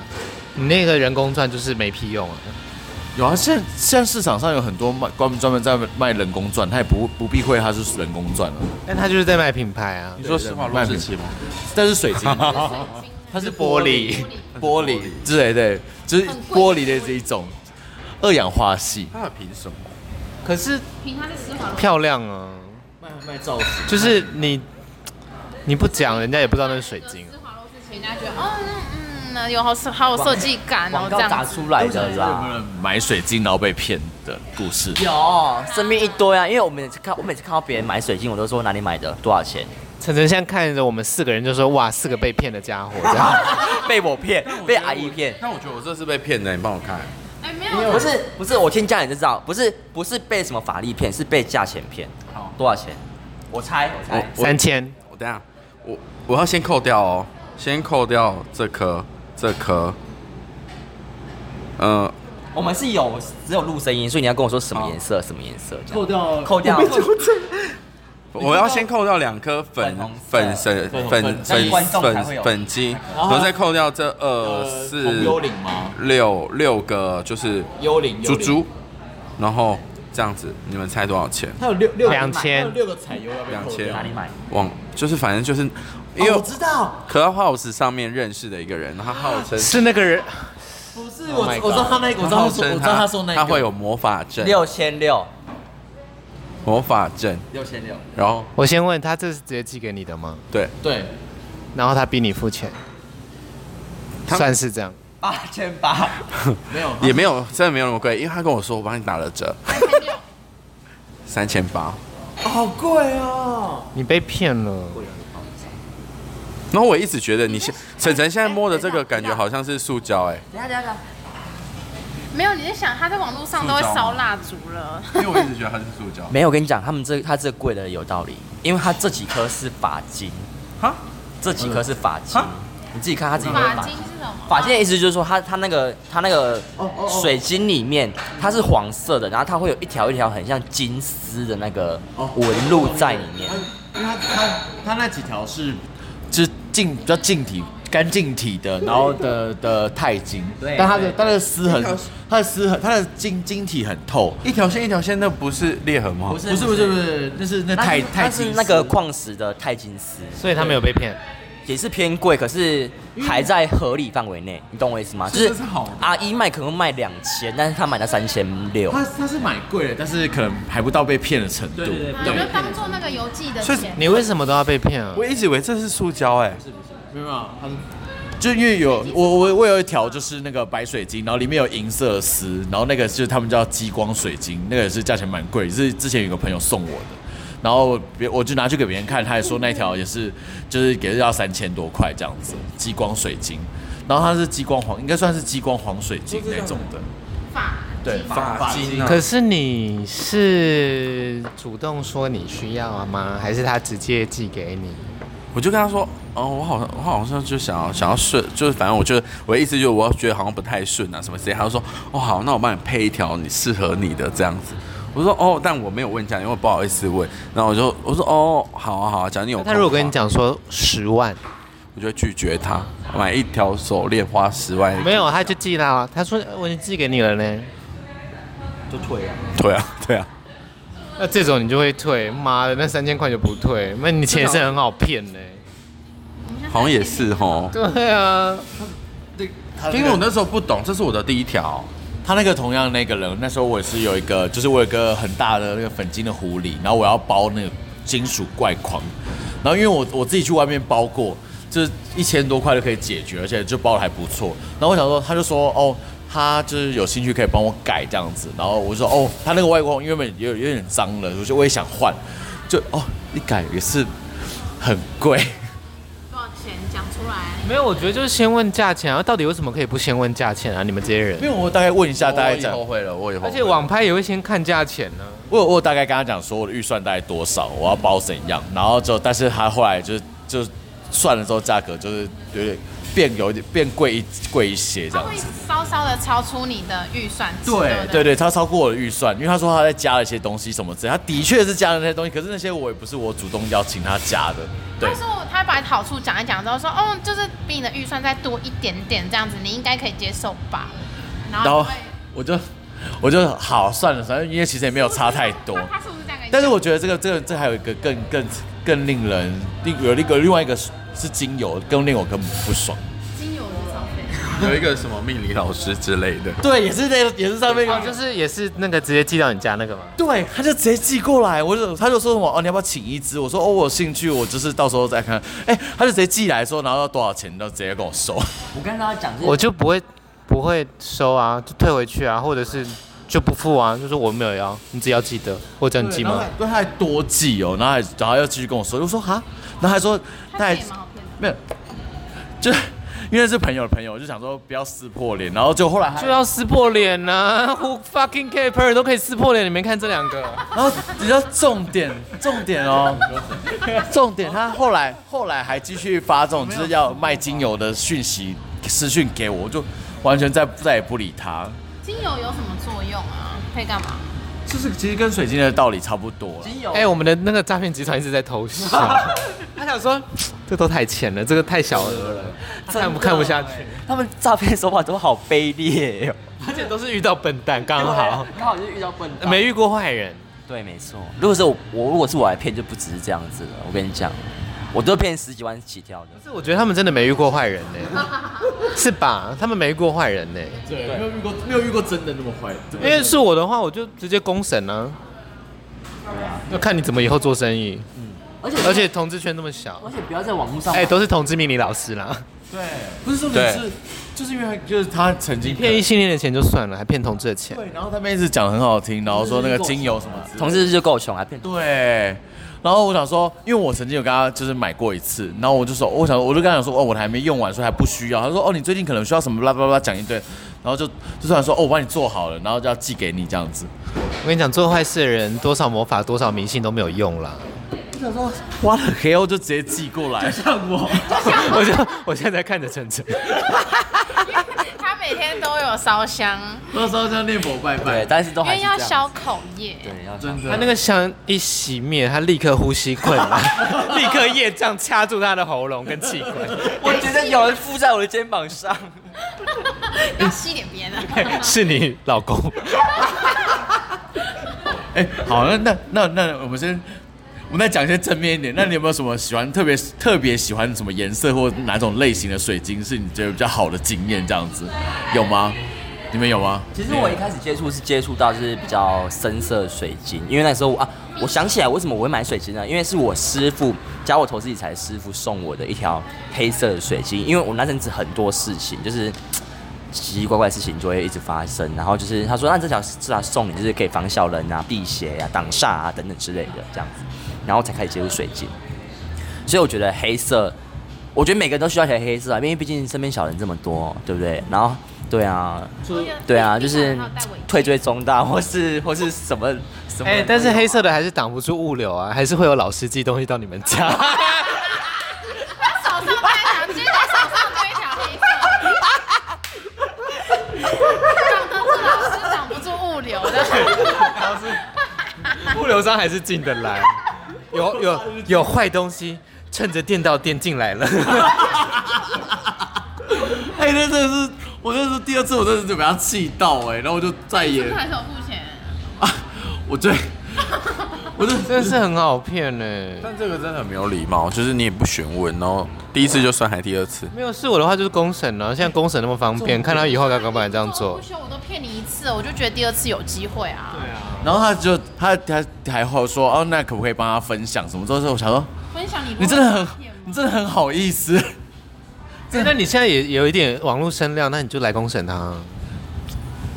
A: 你那个人工钻就是没屁用啊。
B: 有啊，现在现在市场上有很多卖专门专门在卖人工钻，他也不不避讳它是人工钻了，啊
A: 但他就是在卖品牌啊
C: 你。说施华洛世奇吗？
B: 但是水晶， 它是玻璃 玻璃，对对，就是玻璃的这一种二氧化系。
C: 他凭什么？
A: 可是
D: 凭它是施华洛
A: 漂亮啊，
B: 卖卖造型，
A: 就是你你不讲，人家也不知道那是水晶啊
D: 施。华洛世奇，人家觉得哦，嗯嗯，有好好有设计感哦，
E: 广
D: 这
E: 告打
D: 样子。
E: 出来的啦。
B: 买水晶然后被骗的故事。
E: 有，身边一堆啊，因为我每次看，我每次看到别人买水晶，我都说哪里买的，多少钱？
A: 晨晨现在看着我们四个人就说：“哇，四个被骗的家伙。”这 样
E: 被我骗，被阿姨骗。
C: 那我觉得我这是被骗的，你帮我看。
D: 哎，没
E: 不
D: 有，
E: 是不是，我听家人就知道，不是不是被什么法力骗，是被价钱骗。多少钱？我猜，我猜，
C: 哦我
A: 三千，
C: 我等一下，我我要先扣掉哦，先扣掉这颗这颗，呃，
E: 我们是有只有录声音，所以你要跟我说什么颜色，什么颜色，这样
B: 掉
E: 扣掉
C: 我要先扣掉两颗粉
E: 粉红色
C: 粉神
B: 粉粉
C: 粉粉
B: 这样
E: 观众才会
C: 粉
E: 有
C: 粉晶，然后再扣掉这二
B: 呃
C: 四
B: 吗？
C: 六六个就是
B: 幽灵
C: 猪猪，然后这样子，你们猜多少钱？
B: 它有六六
A: 两千
B: 六个彩油要被
C: 两
B: 扣
C: 千
B: 掉
E: 哪里买？
C: 忘就是反正就是，因为
B: 哦道，
C: Club House 上面认识的一个人，他号称
A: 是那个人
B: 不是
A: Oh my
B: 他那个，我知道他
C: 号
B: 说，
C: 称
B: 我知道他说那个，
C: 他会有魔法阵，
E: 六千六，
C: 魔法阵，
B: 六千六，
C: 然后
A: 我先问他，这是直接寄给你的吗？
C: 对
B: 对，
A: 然后他逼你付钱，
C: 他
A: 算是这样。
E: 八千八，
B: 没有
C: 也没有真的没有那么贵，因为他跟我说我帮你打了折，三千八，
B: 好贵哦，
A: 你被骗了，
C: 然后我一直觉得你现晨晨现在摸的这个感觉好像是塑胶哎、
E: 等一下等一下，
D: 没有，你在想他在网络上都会烧蜡烛了，
C: 因为我一直觉得它是塑胶
E: 没有，我跟你讲，他们这他这贵的有道理，因为他这几颗是法金，
C: 哈，
E: 这几颗是法金
C: 啊，
E: 你自己看他自己有没有
D: 法
E: 法
D: 金是什么？
E: 法嗯金的意思就是说它，它那个它那个水晶里面，它是黄色的，然后它会有一条一条很像金丝的那个纹路在里面。
B: 因为他他他那几条是就是静比较静体干净体的，然后的的钛金，
E: 对
B: 但它的它的丝很
C: 一条，
B: 它的丝很，它的晶晶体很透，
C: 一条线一条线，那不是裂痕吗？
B: 不是不是不是，那是那
E: 它
B: 钛
E: 是
B: 钛
E: 它
B: 金
E: 是
B: 丝
E: 那个矿石的钛金丝，
A: 所以他没有被骗。
E: 也是偏贵，可是还在合理范围内，你懂我意思吗？就是是
B: 这是好的
E: 阿姨卖可能卖两千，但是他买了三千六，
B: 他他是买贵了，但是可能还不到被骗的程度。
D: 我就当做那个邮寄的
C: 所以
D: 钱。
A: 你为什么都要被骗啊
C: 我？一直以为这是塑胶哎、
B: 没有，他是就因为有我我我有一条就是那个白水晶，然后里面有银色的丝，然后那个就是他们叫激光水晶，那个也是价钱蛮贵，是之前有个朋友送我的，然后别我就拿去给别人看，他也说那条也是就是也是要三千多块这样子，激光水晶，然后它是激光黄，应该算是激光黄水晶那种的，
D: 法
B: 对，
C: 发金啊，
A: 可是你是主动说你需要啊吗？还是他直接寄给你？
C: 我就跟他说，哦，我好像我好像就想要想要顺，就是反正我就我一直就我觉得好像不太顺啊什么之类，他就说，哦好，那我帮你配一条你适合你的这样子。我说哦，但我没有问价，因为我不好意思问。然后我就我说哦，好啊好啊，假如你有空
A: 他如果
C: 的话
A: 跟你，讲说十万，
C: 我就会拒绝他买一条手链花十万。
A: 没有，他就寄啦、他说呃我已经寄给你了呢。
E: 就退了。
C: 对啊对啊，
A: 那这种你就会退，妈的，那三千块就不退，那你钱是很好骗呢、
C: 好像也是哦。
A: 对啊，
C: 因为我那时候不懂，这是我的第一条。
B: 他那个同样那个人，那时候我也是有一个，就是我有一个很大的那个粉晶的狐狸，然后我要包那个金属怪框，然后因为我我自己去外面包过，就是一千多块就可以解决，而且就包的还不错。然后我想说，他就说哦，他就是有兴趣可以帮我改这样子，然后我就说哦，他那个外框因为原本也有有点脏了，我就我也想换，就哦一改也是很贵，
D: 多少钱？讲出出来。
A: 没有，我觉得就是先问价钱啊，到底为什么可以不先问价钱啊？你们这些
B: 因为
A: 人，
B: 我大概问一下，大概讲，
C: 后悔了，我以后
A: 而且网拍也会先看价钱呢、
B: 我有我有大概跟他讲说我的预算大概多少，我要包怎样，然后就但是他后来就是就算了之后价格就是有点变有点变贵一贵一些这
D: 它
B: 样
D: 会
B: 子。
D: 稍稍的超出你的预算值，
B: 对
D: 对不
B: 对对，他超过我的预算，因为他说他在加了一些东西什么之类，他的确是加了那些东西，可是那些我也不是我主动邀请他加的，对
D: 他，说他把好处讲一讲之后说，哦，就是比你的预算再多一点点这样子，你应该可以接受吧？然
B: 然
D: 后
B: 后
D: 就会
B: 我就我就好算了，反正因为其实也没有差太多，
D: 他他是不是这样跟你讲？
B: 但是我觉得这个这个这还有一个更更更令人另有一个另外一个是是精油，更令我更不爽。
D: 精油的消费，
C: 有一个什么命理老师之类的，
B: 对，也是那个也是上面
A: 哦，就是也是那个直接寄到你家那个吗？
B: 对，他就直接寄过来，我就他就说什么哦，你要不要请一支？我说哦，我有兴趣，我就是到时候再看。哎，他就直接寄来说，然后要多少钱，就直接跟我收。
E: 我跟大家讲，
A: 我就不会不会收啊，就退回去啊，或者是就不付啊，就说我没有要，你自己要记得，我这样寄
B: 然后
A: 吗
B: 还？对，他还多寄哦，然后还然后又继续跟我说，我说哈，然后还说
D: 他
B: 他还
D: 这也蛮好骗的。
B: 没有，就因为是朋友的朋友，我就想说不要撕破脸，然后就后来还
A: 就要撕破脸呐、啊、，Who fucking care？朋友都可以撕破脸，你没看这两个？
B: 然后你知道重点重 点哦，重点他后来后来还继续发这种就是要卖精油的讯息私讯给我，我就完全再再也不理他。
D: 精油有什么作用啊？可以干嘛？
B: 就是其实跟水晶的道理差不多了。
E: 精油，
A: 哎、我们的那个诈骗集团一直在偷笑，他想说这都太浅了，这个太小额了，看不看不下去，
E: 他们诈骗手法都好卑劣哦。
A: 而且都是遇到笨蛋刚 好，
E: 啊刚好就是遇到笨蛋
A: 没遇过坏人。
E: 对，没错。如果是我，我如果是我来骗，就不只是这样子了。我跟你讲，我都骗十几万起跳的。
A: 是我觉得他们真的没遇过坏人 呢、是吧？他们没遇过坏人呢、
B: 对，没有遇过没有遇过真的那么坏，
A: 因为是我的话，我就直接公审啊。要看你怎么以后做生意，
E: 而且
A: 而且同志圈那么小，
E: 而且不要在网络上
A: 哎、都是同志命理老师啦，
B: 对，不是说你
C: 对
B: 是，就是因为他就是他曾经
A: 骗异性恋的钱就算了，还骗同志的钱，
B: 对，然后他们一直讲得很好听，然后说那个精油什么之类的
E: 同事就够穷，还骗
B: 对。然后我想说，因为我曾经有跟他就是买过一次，然后我就说，我想我就跟他讲说，哦，我还没用完，所以还不需要。他说，哦，你最近可能需要什么，巴拉巴拉讲一堆，然后就就突然说，哦，我帮你做好了，然后就要寄给你这样子。
A: 我跟你讲，做坏事的人多少魔法多少迷信都没有用啦。
B: 哇了 h e 就直接寄过来，就像我，
A: 我就我现在在看着晨晨，
D: 他每天都有烧香，
B: 那时候像念佛拜
E: 对，，但是都
D: 因
E: 还
D: 为
E: 是
D: 要
E: 这样
D: 消口业。
E: 对，要
B: 真
A: 他那个香一熄灭，他立刻呼吸困难，立刻业障掐住他的喉咙跟气管。
E: 我觉得有人附在我的肩膀上，
D: 要吸点别的。
A: 是你老公，
B: 哎、好，那那那那我们先，我们再讲一些正面一点。那你有没有什么喜欢特别特别喜欢什么颜色或哪种类型的水晶是你觉得比较好的经验？这样子有吗？你们有吗？
E: 其实我一开始接触是接触到就是比较深色水晶，因为那时候我啊，我想起来为什么我会买水晶呢？因为是我师傅教我投资理财的师傅送我的一条黑色的水晶，因为我那阵子很多事情就是嘖奇奇怪怪的事情就会一直发生，然后就是他说那这条这条送你就是可以防小人啊、辟邪啊、挡煞啊等等之类的这样子，然后才开始接触水晶，所以我觉得黑色我觉得每个人都需要一条黑色啊，因为毕竟身边小人这么多，对不对？然后，对啊，对啊，就是退追踪大或是或是什么什么。
A: 哎、但是黑色的还是挡不住物流啊，还是会有老师寄东西到你们家。
D: 他手上戴一条，今天他手上戴一条黑色。长得是老师挡不住物流的，
A: 物流商还是进得 来，啊有有有坏东西，趁着电到电进来了。
B: 哎、那真的是，我那是第二次，我真的是被他气到
C: 欸
B: 哎、然后我就再也
D: 抬手付钱。
B: 啊，我最，我就
A: 真的是很好骗欸呢、
C: 但这个真的很没有礼貌，就是你也不询问，然后第一次就算，还第二次，
A: 没有是我的话就是公审了、现在公审那么方便，看他以后该敢不敢这样
D: 我
A: 做
D: 不。修我都骗你一次，我就觉得第二次有机会啊。
B: 然后他就他他还后说哦，那可不可以帮他分享什么？之后我想说，
D: 分享你，
B: 你真的很你真的很好意思。
A: 那你现在也有一点网络声量，那你就来公审他啊、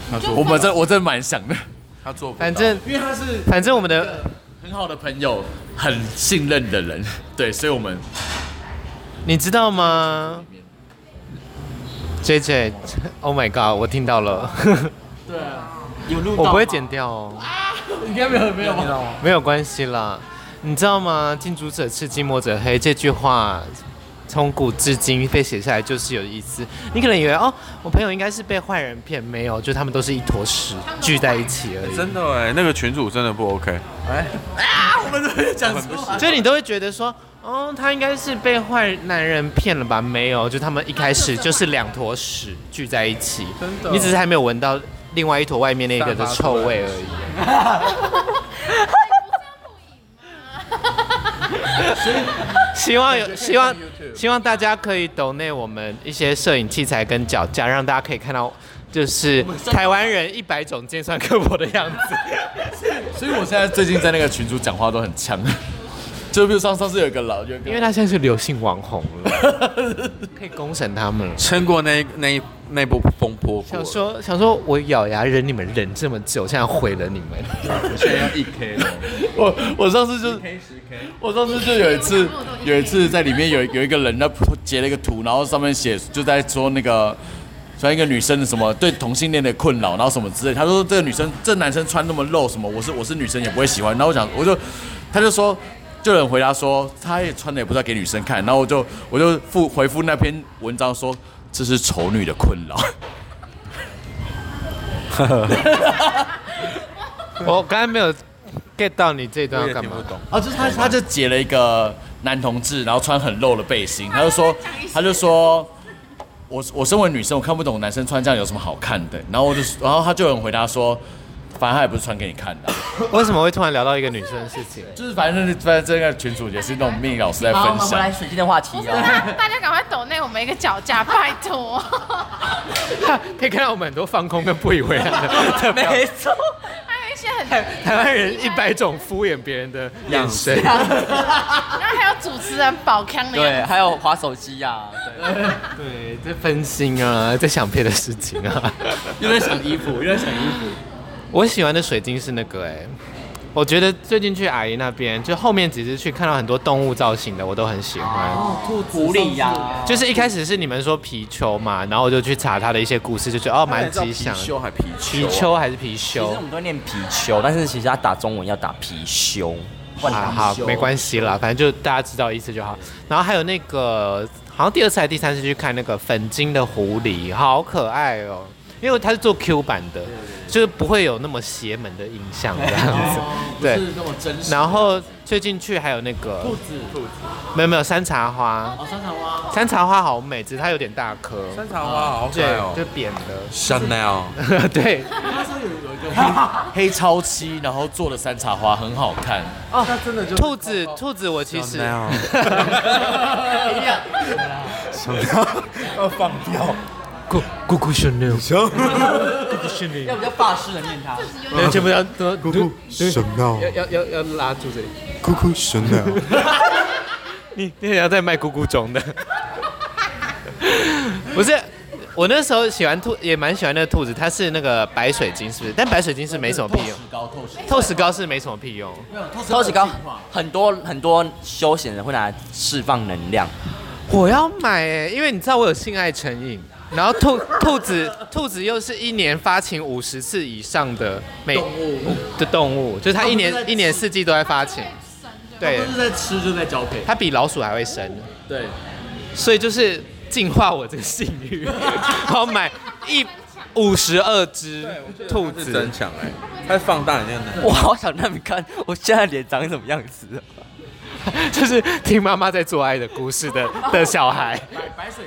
C: 他做
B: 我们真我真蛮想的，
C: 他做不到，
A: 反正
B: 因为他是呃
A: 反正我们的
B: 很好的朋友，很信任的人，对，所以我们
A: 你知道吗？J J，Oh my God，我听到了，
B: 啊
E: 有录
A: 我不会剪掉哦，
B: 应该没有没有吧？
A: 没有关系啦。你知道吗？近朱者赤，近墨者黑这句话，从古至今被写下来就是有意思。你可能以为哦，我朋友应该是被坏人骗，没有，就他们都是一坨屎聚在一起而已。
C: 真的哎，那个群主真的不 OK。
B: 我们都在讲错话。
A: 就你都会觉得说，哦，他应该是被坏男人骗了吧？没有，就他们一开始就是两坨屎聚在一起，
B: 真的
A: 你只是还没有闻到另外一坨外面那个的臭味而已。希望有希望希望大家可以抖内我们一些摄影器材跟脚架，让大家可以看到。就是台湾人一百种尖酸刻薄的样子，
B: 所以我现在最近在那个群主讲话都很呛，就比如上上次有一个老，有一个
A: 因为他现在是流行网红了， 可以公审他们了。
C: 撑过那一那一那一波风波过
A: 想
C: 了，
A: 说想说，我咬牙忍你们忍这么久，现在毁了你们。
B: 我我上次就我上次就有一次有一次在里面有有一个人，他截了一个图，然后上面写就在说那个。穿一个女生的什么对同性恋的困扰，然后什么之类，他说这个女生这男生穿那么露什么，我是我是女生也不会喜欢。然后我想我就，他就说，就有人回答说他也穿的也不知道给女生看，然后我就我就 复回复那篇文章说这是丑女的困扰。
A: 我刚才没有 get 到你这
C: 我
A: 段
C: 也
A: 要干
C: 听
A: 嘛
C: 不？懂。
B: 啊，就是他他就截了一个男同志，然后穿很露的背心，他就说他就说。我我身为女生，我看不懂男生穿这样有什么好看的。然后我就，然后他就有人回答说，反正他也不是穿给你看的啊、
A: 为什么会突然聊到一个女生的事情？
B: 就是反正反正这个群主也是那种命理老师在分
E: 好，我们回来
B: 享。
E: 水晶的话题
D: 不是，
E: 啊。
D: 大家 大家赶快抖内我们一个脚架，拜 托。
A: 可以看到我们很多放空跟不以为然的表
E: 没错，
D: 还有一些很，然
A: 台湾人一百种敷衍别人的眼神。
D: 后还有主持人宝康的
E: 对，
D: 样子，
E: 还有滑手机啊呀，
A: 对，在分心啊，在想别的事情啊。
B: 又在想衣服，又在想衣服。
A: 我喜欢的水晶是那个哎、我觉得最近去阿姨那边，就后面几次去看到很多动物造型的，我都很喜欢。
E: 狐狸啊呀，
A: 就是一开始是你们说貔貅嘛，然后我就去查他的一些故事，就觉得哦蛮吉祥。
C: 貔貅还貔貅
A: 貔
C: 啊，
A: 貅还是貔
E: 其实
A: 貅
E: 我？们都念貔貅，但是其实他打中文要打貔貅。
A: 啊，好，没关系啦，反正就大家知道意思就好。然后还有那个，好像第二次还是第三次去看那个粉晶的狐狸，好可爱哦、因为它是做 Q 版的，就是不会有那么邪门的印象这样子。对，
B: 哦那么真实
A: 然后最近去还有那个兔子，没有没有山茶花，
B: 哦，山茶花。
A: 山茶花好美，只是它有点大颗，
C: 山茶花好可
A: 对
C: 爱，哦
A: 就扁的，
C: ，Chanel
A: 对。
B: 黑超漆，然后做的山茶花很好看。
A: 兔子，兔子，我其实
B: 要放掉。
A: 咕咕咕熊牛，咕咕熊
E: 要
A: 牛，
E: 比较法式的念它，
A: 全呃部要都
F: 酷酷神闹，
A: 要要要要拉住这里。
F: 酷酷神闹，
A: 你你也要再卖咕咕种的， 不是？我那时候喜欢兔，也蛮喜欢那个兔子，它是那个白水晶，是不是？但白水晶是没什么屁用，
B: 高透视。
A: 透石膏是没什么屁用。
E: 超级高，很多很多休闲人会拿来释放能量。
A: 我要买诶、因为你知道我有性爱成瘾，然后兔 兔子兔子又是一年发情五十次以上的每的动物，就是它一年一年四季都在发情。对，
B: 在吃就在交配。
A: 它比老鼠还会生，
B: 对，
A: 所以就是净化我这个性 欲，然后买一五十二只兔
C: 是真
A: 子。
C: 强哎，它放大你那个能力
E: 我好想让你们看我现在脸长什么样子。
A: 就是听妈妈在做爱的故事的的小孩，
B: 白水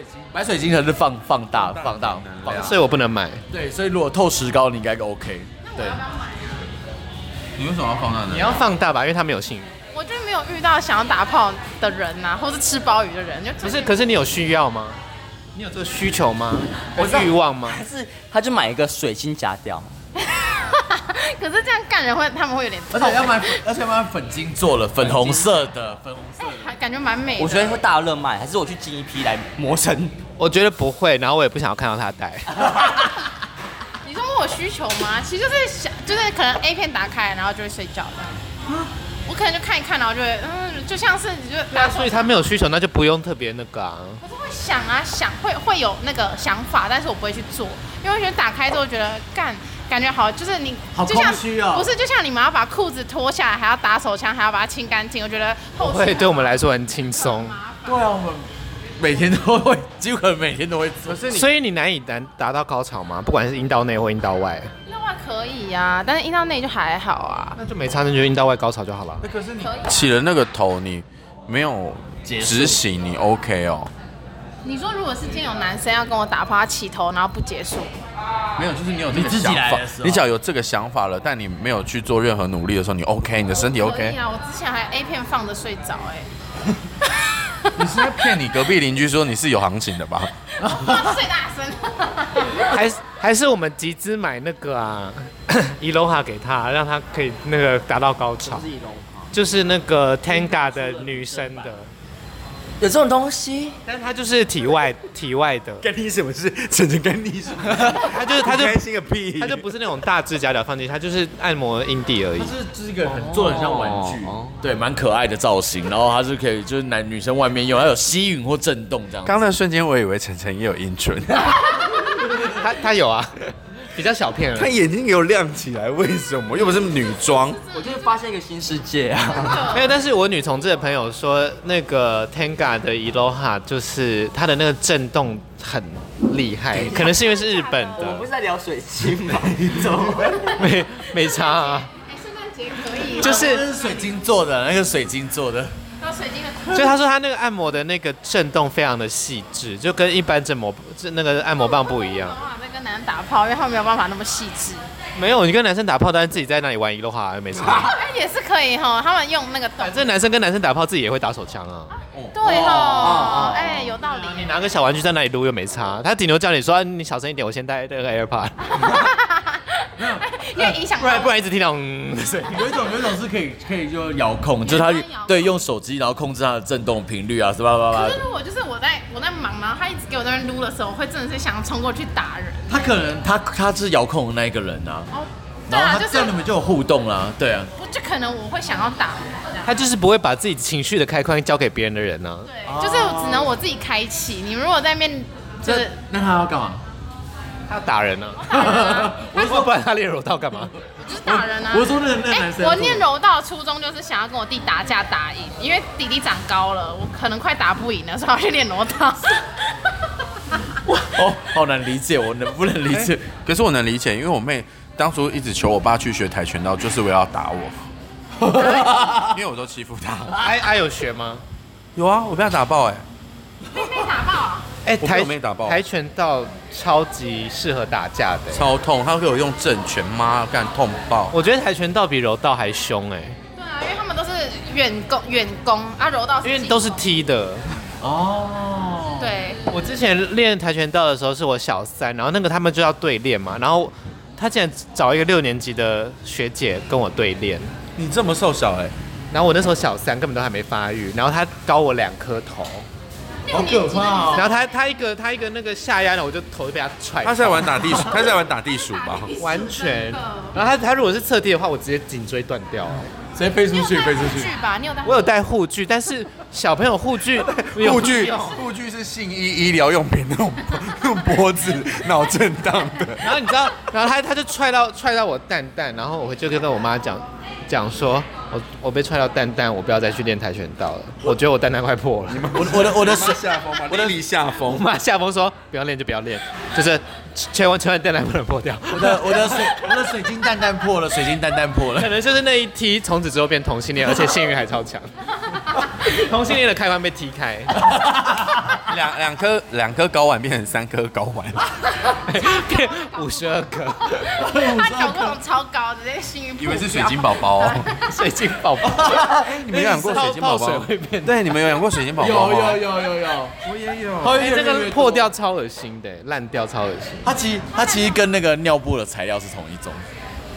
B: 晶才啊是放放大放大放大。
A: 所以我不能买。
B: 对，所以如果透石膏，你应该 OK。对，
C: 你为什么要放大能
A: 你
C: 力？
A: 要放大吧，因为他们有性欲。
D: 我就没有遇到想要打炮的人呐、或是吃鲍鱼的人，就
A: 不是，可是你有需要吗？你有这个需求吗？有欲望吗？
E: 还是他就买一个水晶夹掉，
D: 可是这样干人会，他们会有点
B: 而
D: 痛、
B: 且要买，而且要买粉晶做了，粉红色的粉红色。
D: 还感觉蛮美的。
E: 我觉得会大热卖。还是我去进一批来磨成？
A: 我觉得不会，然后我也不想要看到他戴。
D: 你说我有需求吗？其实就是想，就是可能 A 片打开，然后就会睡觉的。我可能就看一看，然后就会嗯，就像是你就打
A: 啊所以他没有需求，那就不用特别那个啊。
D: 我是会想啊想，会会有那个想法，但是我不会去做，因为我觉得打开之后觉得干。感觉好，就是你，
B: 好
D: 就像
B: 空虚哦
D: 不是，就像你们要把裤子脱下来，还要打手枪，还要把它清干净，我觉得啊后续
A: 会对我们来说很轻松，
B: 对啊，我们每天都会，几乎可能每天都会做。
A: 所以你难以达达到高潮吗？不管是阴道内或阴道外，
D: 那外可以啊，但是阴道内就还好啊。
A: 那就没差，那就阴道外高潮就好了。
C: 起了那个头，你没有执行，你 OK 哦？
D: 你说如果是今天有男生要跟我打炮，他起头然后不结束，
C: 没有，就是你有这个
B: 自己
C: 想
B: 来
C: 法
B: 的时，候
C: 你只要有这个想法了，但你没有去做任何努力的时候，你 OK，你的身体
D: 可
C: OK
D: 以。啊。我之前还 A 片放着睡着， 哎，
C: 你是在骗你隔壁邻居说你是有行情的 吧？
D: 放最大 声。
A: 还是还是我们集资买那个啊， 伊罗哈给他，让他可以那个达到高潮。就是那个 Tanga 的女生的，
E: 有这种东西？
A: 但她就是体 外体外的，
F: 干你什么事？晨晨干你什么事？
A: 她就是她就
F: 开心个屁！
A: 她就不是那种大指甲脚放进去，她就是按摩阴蒂而已
B: 它。是就是一个很做的很像玩具，对，蛮可爱的造型，然后它是可以就是男女生外面用，它有吸吮或震动这样。
C: 刚那瞬间我以为晨晨也有阴唇，
A: 她她有啊，比较小片而
F: 他
A: 已。
F: 眼睛给我亮起来，为什么？又不是
C: 女装，
E: 我就是发现一个新世界啊！
A: 没有，但是我女同志的朋友说，那个 Tanga 的 Eloha 就是它的那个震动很厉害，可能是因为是日本
E: 我不
A: 的，
E: 是在聊水晶吗？怎么会？
A: 没没差啊。
D: 哎，圣诞节可以啊，
A: 就
B: 这
A: 是
B: 是水晶做的，那个水晶做的，
D: 有水晶的裤
A: 所以他说他那个按摩的那个震动非常的细致，就跟一般振膜这那个按摩棒不一样
D: 没。办法再跟男人打炮，因为他们没有办法那么细致。
A: 没有，你跟男生打炮，但是自己在那里玩一的话没差。
D: 哎，也是可以哈，他们用那个洞
A: 反，正男生跟男生打炮，自己也会打手枪啊。
D: 对
E: 哦哦
D: 哈
E: 哦，
D: 哎，有道理。
A: 你拿个小玩具在那里撸又没差，他顶多叫你说、啊你小声一点，我先戴那个 AirPod，
D: 因为影响
A: 不然不然一直听到嗯的声音。
B: 有一种有一种是可以可以就遥控，就是它
D: 遥控
B: 对用手机然后控制它的震动频率啊，是吧吧吧
D: 可。是如果就是我在我在忙，然后他一直给我在那边撸的时候，我会真的是想冲过去打人。
B: 他可能他他是遥控的那一个人啊，
D: 哦，对
B: 然
D: 啊，
B: 后
D: 就
B: 他
D: 是
B: 这样你们就有互动啦，对啊。
D: 我就可能我会想要打人这样。
A: 他就是不会把自己情绪的开关交给别人的人啊呢、
D: 对，就是只能我自己开启。你们如果在面就是
B: 那他要干嘛？
A: 啊，他打人呢、啊。我
D: 我
A: 说不然他练柔道干嘛？
D: 就是打人啊。
B: 我 说那个那个
D: 哎
B: 男生要
D: 我
B: 做
D: 念柔道初衷就是想要跟我弟打架打赢，因为弟弟长高了，我可能快打不赢了，所以我去练柔道。
B: 哦，好难理解，我能不能理
F: 哎
B: 解？
C: 可是我能理解，因为我妹当初一直求我爸去学跆拳道，就是为了要打我， 因为我都欺负她。
A: 哎哎有学吗？
C: 有啊，我被她打爆哎、
D: 被被打爆啊！
A: 哎、
C: 我被
A: 跆
C: 我妹打爆
A: 跆拳道超级适合打架的、
C: 超痛，她给我用正拳，妈啊干痛 爆。
A: 我觉得跆拳道比柔道还凶哎、
D: 对啊，因为他们都是远攻远攻啊，柔道
A: 因为
D: 近
A: 都是
D: 攻
A: 踢的。
B: 哦，
D: 对，
A: 我之前练跆拳道的时候是我小三，然后那个他们就要对练嘛，然后他竟然找一个六年级的学姐跟我对练，
C: 你这么瘦小
B: 欸
C: 哎、
A: 然后我那时候小三根本都还没发育，然后他高我两颗头，
B: 好可怕哦！
A: 然后他他一个他一个那个下压，然后我就头就被他踹
C: 她
A: 爆，
C: 是在玩打地，她是在玩打地鼠吧？
A: 完全。然后他他如果是侧踢的话，我直接颈椎断掉了。
B: 直接飞出
D: 你有
B: 去，
D: 带
B: 飞出
D: 护
B: 去。
D: 具吧？你有带？
A: 我有带护具，但是小朋友护具
C: 护具
A: 有用
C: 护具是性医医疗用品，那种 用脖子脑震荡的。
A: 然后你知道，然后他他就踹到踹到我蛋蛋，然后我回去就跟我妈讲讲说，我我被踹到蛋蛋，我不要再去练跆拳道了，我觉得我蛋蛋快破了。
B: 我的我的我的手，
C: 下风吗？我的离下
A: 我
C: 风。
A: 妈下风说不要练就不要练，就是千万千万蛋蛋不能破掉。
B: 我的我的水我的水晶蛋蛋破了，水晶蛋蛋破了
A: 可。能就是那一踢，从此之后变同性恋，而且性欲还超强。同性恋的开关被踢开，
C: 两两颗两颗睾丸变成三颗睾丸，
A: 哎变五十二个
D: 他脚不能超高，直接幸运。
C: 以为是水晶宝 宝、哦。
A: 水晶宝宝。
C: 你们有养过水晶宝
A: 泡泡水
C: 宝？
A: 会变
C: 对，你们有养过水晶宝宝
B: 有
C: 吗？
B: 有有有有，我也有。哎
A: 哎这个破，掉超恶心的，烂掉超恶心。
B: 它其实它其实跟那个尿布的材料是同一种。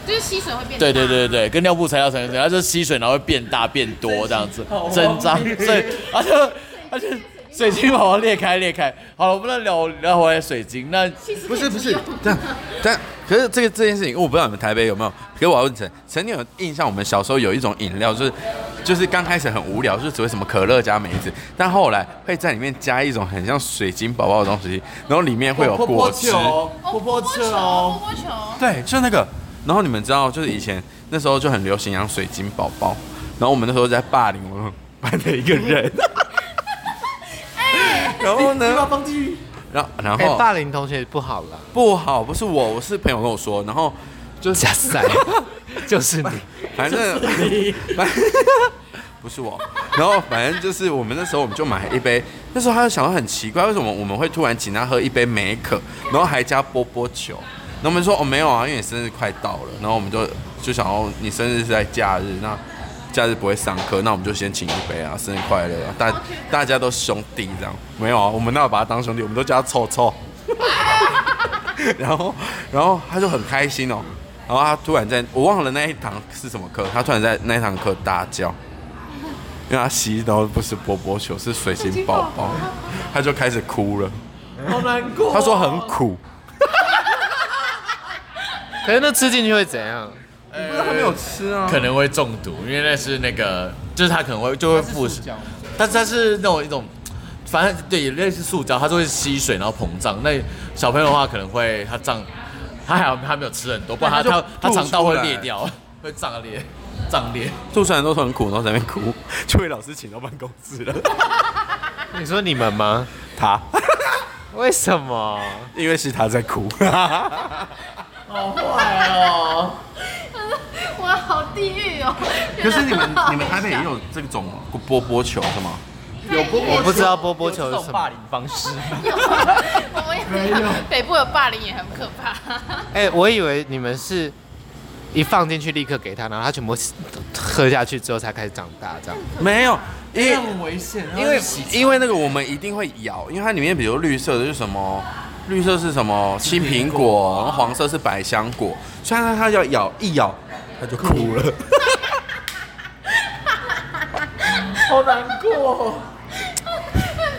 D: 就是吸水会变。
B: 对对。对对，跟尿布材料成一种， 哦它就是吸水然后会变大变多这样子，增长，所以它就它就水晶宝宝裂开裂开。好了，我们来聊聊回来水晶。那
C: 不是不是，但但可是这个这件事情，我不知道你们台北有没有。可是我要问陈，陈，你有印象？我们小时候有一种饮料，就是就是刚开始很无聊，就是只会什么可乐加梅子，但后来会在里面加一种很像水晶宝宝的东西，然后里面
B: 哦
C: 会有果汁。
B: 球，
D: 哦
B: 波波球，
D: 波波球，
C: 对，就那个。然后你们知道，就是以前那时候就很流行养水晶宝宝，然后我们那时候在霸凌我们班的一个人。然后呢？然后然
A: 哎、
C: 后
A: 霸凌同学不好 了，
C: 不好，不是我，我是朋友跟我说，然后就是
A: 假赛啊就是你，
C: 反正反 不是我，然后反正就是我们那时候我们就买一杯，那时候他就想到很奇怪，为什么我们会突然请他喝一杯美可，然后还加波波球，然后我们说哦没有啊，因为你生日快到了，然后我们就就想哦你生日是在假日，那假日不会上课，那我们就先请一杯啊，生日快乐啊，大大家都兄弟这样，没有啊，我们哪有把他当兄弟，我们都叫他臭臭。然后，然后他就很开心哦。然后他突然在，我忘了那一堂是什么课，他突然在那一堂课大叫，因为他吸到不是波波球，是水晶宝宝，他就开始哭了。
B: 好难过。哦
C: 他说很苦，
A: 可是那吃进去会怎样？
C: 他没有吃啊。
B: 可能会中毒，因为那是那个，就是它可能会就会腐蚀，但是它是那种一种，反正对，也类似塑胶，它就会吸水然后膨胀。那小朋友的话可能会它胀，它还好它没有吃很多，不然它
C: 对
B: 它
C: 它就
B: 它
C: 吐
B: 肠道会
C: 出来
B: 裂掉， 会胀裂，胀 裂。
C: 吐出来都是很苦，然后在那边哭，就被老师请到办公室了。
A: 你说你们吗？
C: 他，
A: 为什么？
C: 因为是他在哭。
B: 好坏哦！
D: 我好地狱哦！
C: 可是你们你们台北也有这种波波球是吗？
D: 有波
A: 我不知道波波球是什么。
E: 凌方式，
D: 我们也知道北部有霸凌也很可怕。
A: 哎、我以为你们是一放进去立刻给他，然后他全部喝下去之后才开始长大这样。
C: 没有，因为
B: 很危险，
C: 因为因为那个我们一定会咬，因为它里面比如绿色的是什么？绿色是什么？青苹果，然后黄色是百香果。所以它它要咬一咬，它就 哭了。
B: 好难过。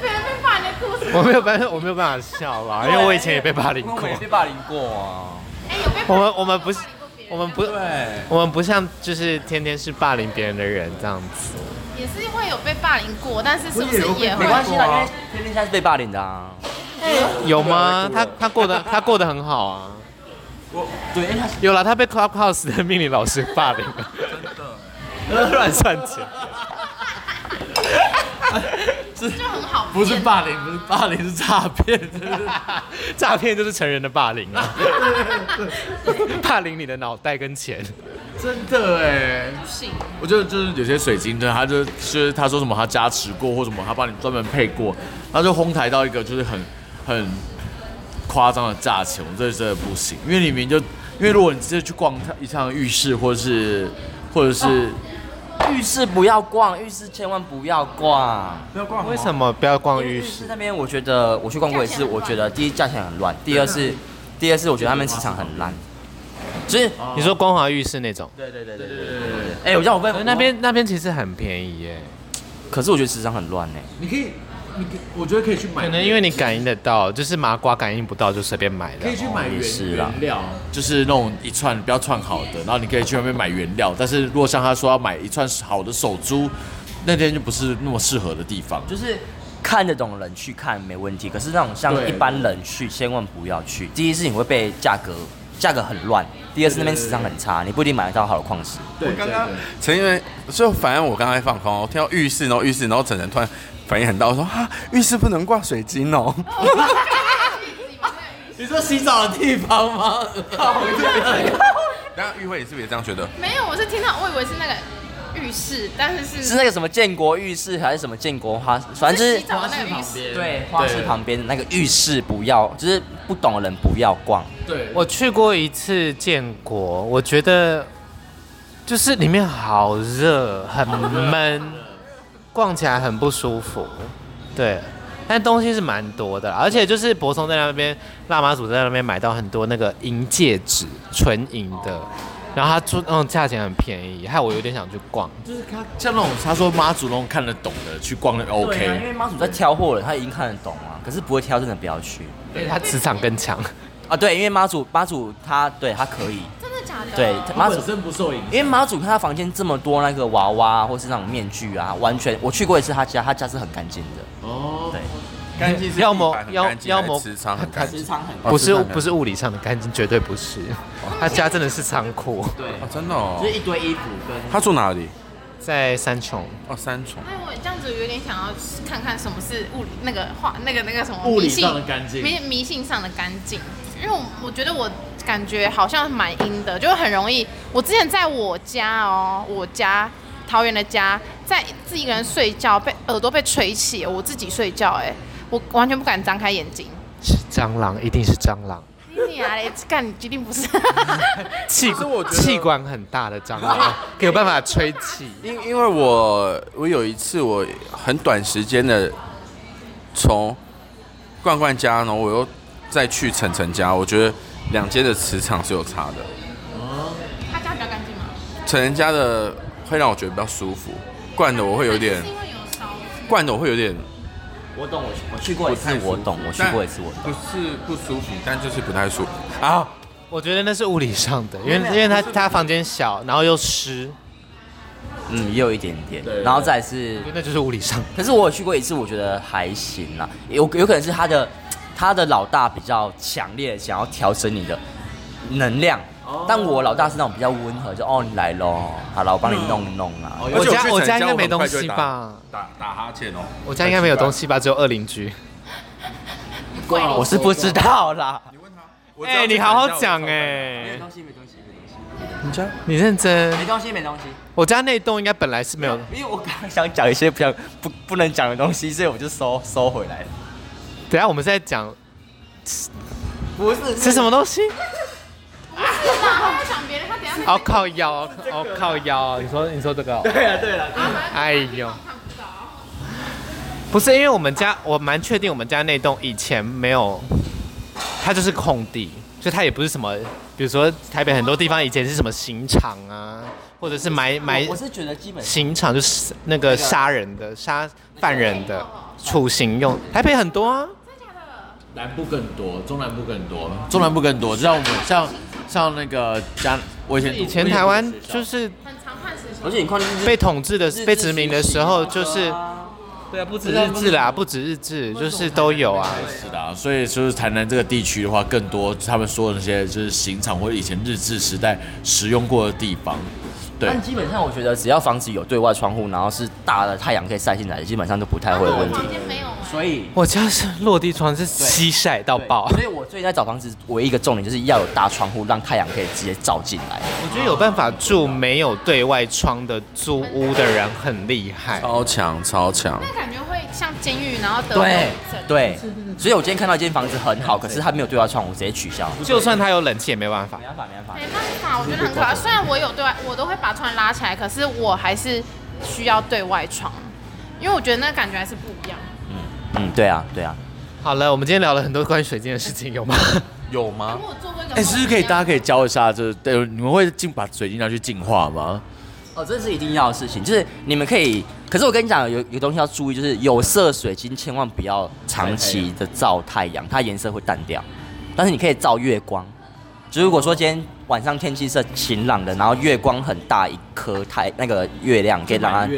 D: 别人被霸凌的故事，
A: 我没有办法，我没有办法笑啦，因为我以前也被霸凌过
E: 我。也被霸凌过啊。
D: 哎，有被霸凌
A: 我们我们不是
D: 有霸凌过别人
A: 我们不
C: 对，
A: 我们不像就是天天是霸凌别人的人这样子。
D: 也是会有被霸凌过，但是是不是也会
E: 没关系啦，因为天天现在是被霸凌的啊。
A: 有吗？他他过得他过得很好啊。
E: 对，因为他
A: 有啦，他被 Clubhouse 的命理老师霸凌了。真的。乱算钱，
D: 就很好骗？
B: 不是霸凌，不是霸凌，是诈骗，真的是
A: 诈骗就是成人的霸凌 啊！霸凌你的脑袋跟钱，
B: 真的哎。
D: 不行，
B: 我觉得就是有些水晶的，他就就是他说什么他加持过或什么，他帮你专门配过，他就哄抬到一个就是很很夸张的价钱，我这真的不行，因为你明明就因为如果你直接去逛一趟浴室或者是或者
D: 啊
B: 是
E: 浴室不要逛，浴室千万不要逛。
A: 为什么不要逛浴
E: 哦浴
A: 室
E: 室？那边，我觉得我去逛过一次，我觉得第一价钱很乱，第二是第二是我觉得他们市场很烂，就是
A: 你说光华浴室那种，
E: 对对对对对对对。哎，我叫我被
A: 可是那，边那边其实很便宜耶，
E: 可是我觉得市场很乱呢。
B: 你可以你可以我觉得可以去买
A: 可能因为你感应得到，就是麻瓜感应不到就随便买的
B: 可以。去买
E: 哦
B: 原
E: 也是啦
B: 原料，就是那种一串不要串好的，然后你可以去外面买原料，但是如果像他说要买一串好的手珠，那天就不是那么适合的地方。
E: 就是看得懂人去看没问题，可是那种像
B: 对
E: 一般人去，千万不要去。第一是你会被价格价格很乱，第二是那边市场很差，你不一定买得到好的矿石。
D: 嗯
B: 对，刚刚
C: 陈因为就反正我刚才放空，我听到浴室，然后浴室，然后陈晨突然反应很大，我说啊，浴室不能挂水晶哦。
B: 你说洗澡的地方吗？
C: 然后玉慧你是不是也这样觉得？
D: 没有，我是听到，我以为是那个浴室，但是是
E: 是那个什么建国浴室还是什么建国花，反正就是
D: 洗澡的那个浴室，
E: 对花市旁边的那个浴室不要，就是不懂的人不要逛。
B: 对，我
A: 我去过一次建国，我觉得就是里面好热，很闷，逛起来很不舒服。对，但东西是蛮多的啦，而且就是柏松在那边，辣妈组在那边买到很多那个银戒指，纯银的。然后它出嗯价钱很便宜，害我有点想去逛。
B: 就是他像那种他说妈祖那种看得懂的去逛那个哦
E: 对啊因
B: OK，
E: 为妈祖在挑货了，他已经看得懂啊，可是不会挑真的不要去
A: 对，它磁场更强。
E: 啊。对，因为妈祖妈祖他对他可以，
D: 真的假的？
E: 对妈祖
B: 身不受影响
E: 因为马祖他房间这么多那个娃娃啊或是那种面具啊，完全我去过一次他家，他家是很干净的，
B: 哦，
C: 干净是
A: 要么
C: 地板很
A: 要
C: 干净
A: 要
C: 还是
A: 么
C: 磁场很干净，
E: 场很
A: 不是
C: 哦是这样的
A: 不是物理上的干净，绝对不是。他家真的是仓库，
E: 对，
C: 哦，真的哦
E: 就。是一堆衣服跟
C: 他住哪里？
A: 在三重。
C: 哦，三重。
D: 哎，我这样子有点想要看看什么是物理那个画那个那个什么
B: 物理
D: 迷信
B: 上的干净
D: 迷迷信上的干净。因为我我觉得我感觉好像蛮阴的，就很容易。我之前在我家哦，我家桃园的家，在自己一个人睡觉，被耳朵被吹起，我自己睡觉、哎，我完全不敢张开眼睛。
A: 是蟑螂，一定是蟑螂，
D: 你啊嘞，干你一定 不是。
A: 气气管很大的蟑 螂，有办法吹气。
C: 因因为我我有一次我很短时间的从罐罐家，然后我又再去晨晨家，我觉得两间的磁场是有差的。
D: 他家比较干净吗？
C: 晨晨家的会让我觉得比较舒服，罐的我会有点
D: 是，因为有烧吗
C: 罐的我会有点
E: 我懂，我去我去过一
C: 不太
E: 次，
C: 舒服
E: 我懂，我去过一次，我懂。
C: 不是不舒服，但就是不太舒服啊。
A: 我觉得那是物理上的，因为因为他他房间小，然后又湿，
E: 嗯，也有一点点，然后再来是
A: 我觉，得那就是物理上的。
E: 可是我有去过一次，我觉得还行啦，有有可能是他的他的老大比较强烈，想要调整你的能量。但我老大是那种比较温和，就哦你来喽，好了我帮你弄一弄啊。
C: 而
A: 我
C: 且
A: 家
C: 去
A: 我
C: 晨
A: 家应该
C: 很
A: 没东
C: 快就会
A: 西
C: 打
A: 吧？
C: 打打哈欠哦。
A: 我家应该没有东西吧？只有二邻居。
D: 桂林
E: 我是不知道啦。
C: 我知道
A: 哎，你
C: 去
A: 好好
C: 晨家我
A: 讲
C: 超快
A: 哎，
E: 西，没东西，没东西，
A: 你认真。
E: 没东西，没东西。
A: 我家那栋应该本来是没有，
E: 因为我刚刚想讲一些不想不不能讲的东西，所以我就收收回来了。
A: 等一下我们是在讲
E: 不是
A: 是什么东西？
D: 他会啊想别人，他等一下
A: 哦靠腰，哦靠腰，你说你说这个哦。
E: 啊对啊对啊，
A: 哎呦，不是因为我们家，我蛮确定我们家那栋以前没有，它就是空地，所以它也不是什么，比如说台北很多地方以前是什么刑场啊，或者是埋埋
E: 我是觉得基本上
A: 刑场就是那个杀人的、杀犯人的处刑用，台北很多啊。
B: 南部更多，中南部更多，中南部更多，就像我们像像那个加，我以前
A: 以前台湾就是
D: 很常判死刑
E: 而且你看就是
A: 被统治的、被殖民的时候，
E: 日治
A: 就
E: 时期
A: 是
E: 啊
A: 对啊，不止日治啦，不止日治，就是都有啊。
B: 是的、啊，所以就是台南这个地区的话，更多他们说的那些就是刑场或者以前日治时代使用过的地方，对
E: 但基本上我觉得只要房子有对外窗户，然后是大的太阳可以晒进来的，基本上都不太会有问题
D: 房。间没有哎
E: 所以
A: 我家是落地窗是西晒到爆，
E: 所以我最近在找房子唯一一个重点就是要有大窗户，让太阳可以直接照进来。
A: 我觉得有办法住没有对外窗的租屋的人很厉害。
C: 超强超强，
D: 那感觉会像监狱，然后得
E: 对
D: 忧郁症，
E: 对，所以我今天看到一间房子很好，可是它没有对外窗，我直接取消。
A: 就算他有冷气也没办法
E: 没，办法，没办法。
D: 没办法，我觉得很可怕。虽然我有对外，我都会把窗帘拉起来，可是我还是需要对外窗，因为我觉得那感觉还是不一样。
E: 嗯，对啊，对啊。
A: 好了，我们今天聊了很多关于水晶的事情，有吗？
C: 有吗
D: 因为？我做过一个梦，
B: 哎、是不是可以大家可以教一下，就是对你们会净把水晶拿去净化吗？
E: 哦，这是一定要的事情，就是你们可以。可是我跟你讲，有有东西要注意，就是有色水晶千万不要长期的照太阳，它颜色会淡掉。但是你可以照月光，就如果说今天晚上天气是晴朗的，然后月光很大一颗太那个月亮，可以让它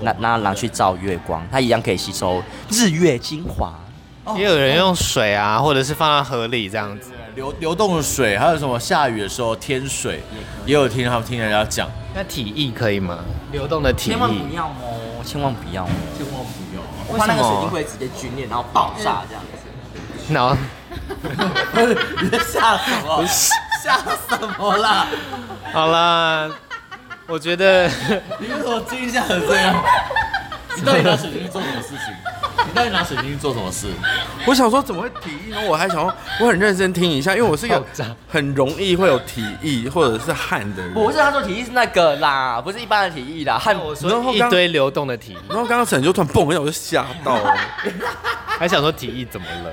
E: 拿拿拿去照月光，它一样可以吸收日月精华。
A: 也有人用水啊，或者是放到河里这样子。
B: 流流动的水，还有什么下雨的时候天水，也有听他们听人家讲，
A: 那体液可以吗？流动的体
E: 千万不
A: 液，
E: 要哦，千万不要哦！
B: 千万不要。
E: 我怕那个
A: 为什
E: 水
A: 么
E: 晶会直接皲裂，然后爆炸这样子。
A: 然后
E: 你在吓什 么？吓什么啦？
A: 好啦，我觉 得
B: 你为什么惊吓成这样？ 你到底拿水晶去做什么事情？你到底拿水晶去做什么事？
C: 我想说怎么会提议呢？我还想说我很认真听一下，因为我是一个
A: 爆炸
C: 很容易会有提议或者是汗的人。
E: 不是他说体育是那个啦，不是一般的体育啦，和
B: 哦
A: 我
C: 然
A: 说
C: 后
A: 一
C: 刚
A: 堆流动的体液，
C: 然后刚刚沈就突然蹦一下，我就吓到了。
A: 还想说体液怎么了？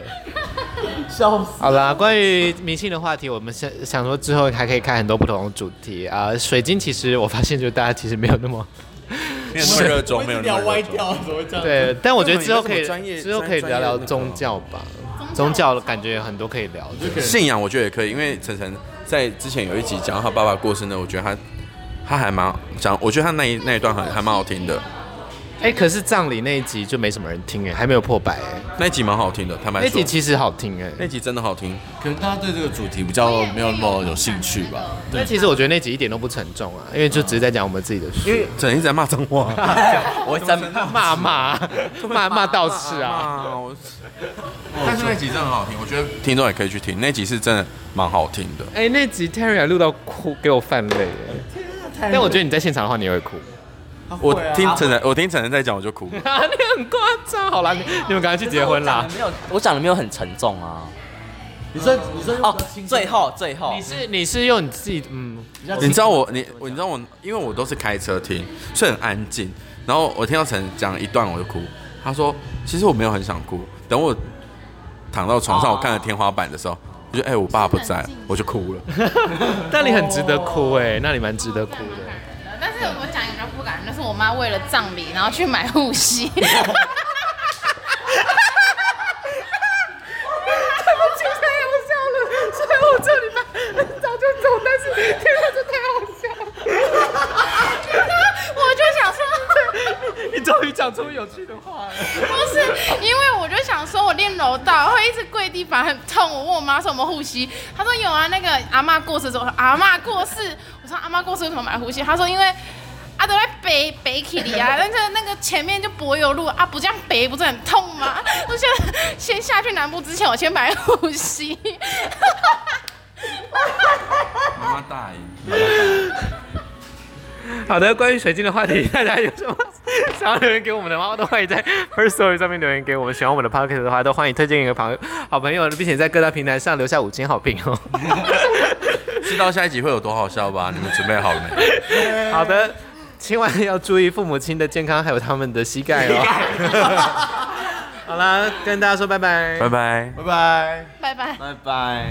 B: 笑死。
A: 好啦，关于迷信的话题，我们想想说之后还可以开很多不同的主题啊、水晶其实我发现，就大家其实没有那 么
C: 没有那么热衷，没有那
B: 聊
C: 么
B: 歪
C: 热衷。
B: 掉，怎么会这样？
A: 对，但我觉得之后可
F: 为什么你
A: 以
F: 们这么专业
A: 之后可以
F: 专
A: 聊聊
F: 专业的那个
A: 宗教吧，宗
D: 宗教
A: 教感觉有很多可以聊的。
C: 信仰我觉得也可以，因为晨晨在之前有一集讲到他爸爸过世呢，我觉得他他还蛮讲，我觉得他那一那一段很还蛮好听的，
A: 哎、可是葬礼那一集就没什么人听哎、还没有破百哎、
C: 那一集蛮好听的，坦白
A: 那
C: 说
A: 集，其实好听哎、
C: 那集真的好听。
B: 可能大家对这个主题比较没有那么有兴趣吧。
A: 但其实我觉得那集一点都不沉重啊，因为就只是在讲我们自己的事，因为
C: 整一直在骂脏 话，
E: 我会真
A: 骂 骂骂骂道士啊。
C: 骂我但是那集真的很好听，我觉得听众也可以去听，那集是真的蛮好听的。
A: 哎、那集 Terry 还录到哭，给我泛泪哎、但我觉得你在现场的话，你也会哭。
C: 我听晨晨，我听晨晨在讲我就哭。
A: 啊，你很夸张。好啦， 你你们赶快去结婚啦。
E: 没有，我讲的没有很沉重啊。
B: 你说你说
E: 哦，最后最后
A: 你是你是用你自己嗯，
C: 你知道我你你知道我，因为我都是开车听，所以很安静。然后我听到陈讲一段我就哭，他说其实我没有很想哭，等我躺到床上我
A: 哦
C: 看着天花板的时候，我就哎、我爸不在，我就哭了。
A: 但你很值得哭哎、那你蛮值得哭 的。
D: 但是我讲一个比较不感人，就是我妈为了葬礼，然后去买护膝。 对不起，她也不笑了，所以我这里吧很早就走，但是天哪，这太好笑了。我就想说，
A: 你终于讲出有趣的话了。
D: 不是，因为我就想说，我练柔道会一直跪地板很痛。我问我妈说有没有护膝，她说有啊。那个阿嬷过世之后，阿嬷过世，我说阿嬷过世为什么买护膝？她说因为啊都在北北起里啊，但是那个前面就柏油路啊，不这样北不是很痛吗？我现在先下去南部之前，我先买护膝。
C: 妈妈大爷，
A: 好的，关于水晶的话题，大家有什么想要留言给我们的话，都欢迎在 First Story 上面留言给我们。喜欢我们的 Podcast 的话，都欢迎推荐给朋友好朋友，并且在各大平台上留下五星好评哦。
C: 知道下一集会有多好笑吧？你们准备好了没？
A: 好的，千万要注意父母亲的健康，还有他们的膝盖哦。 好啦，跟大家说拜拜，
C: 拜拜。
B: 拜拜。
D: 拜拜。
E: 拜拜。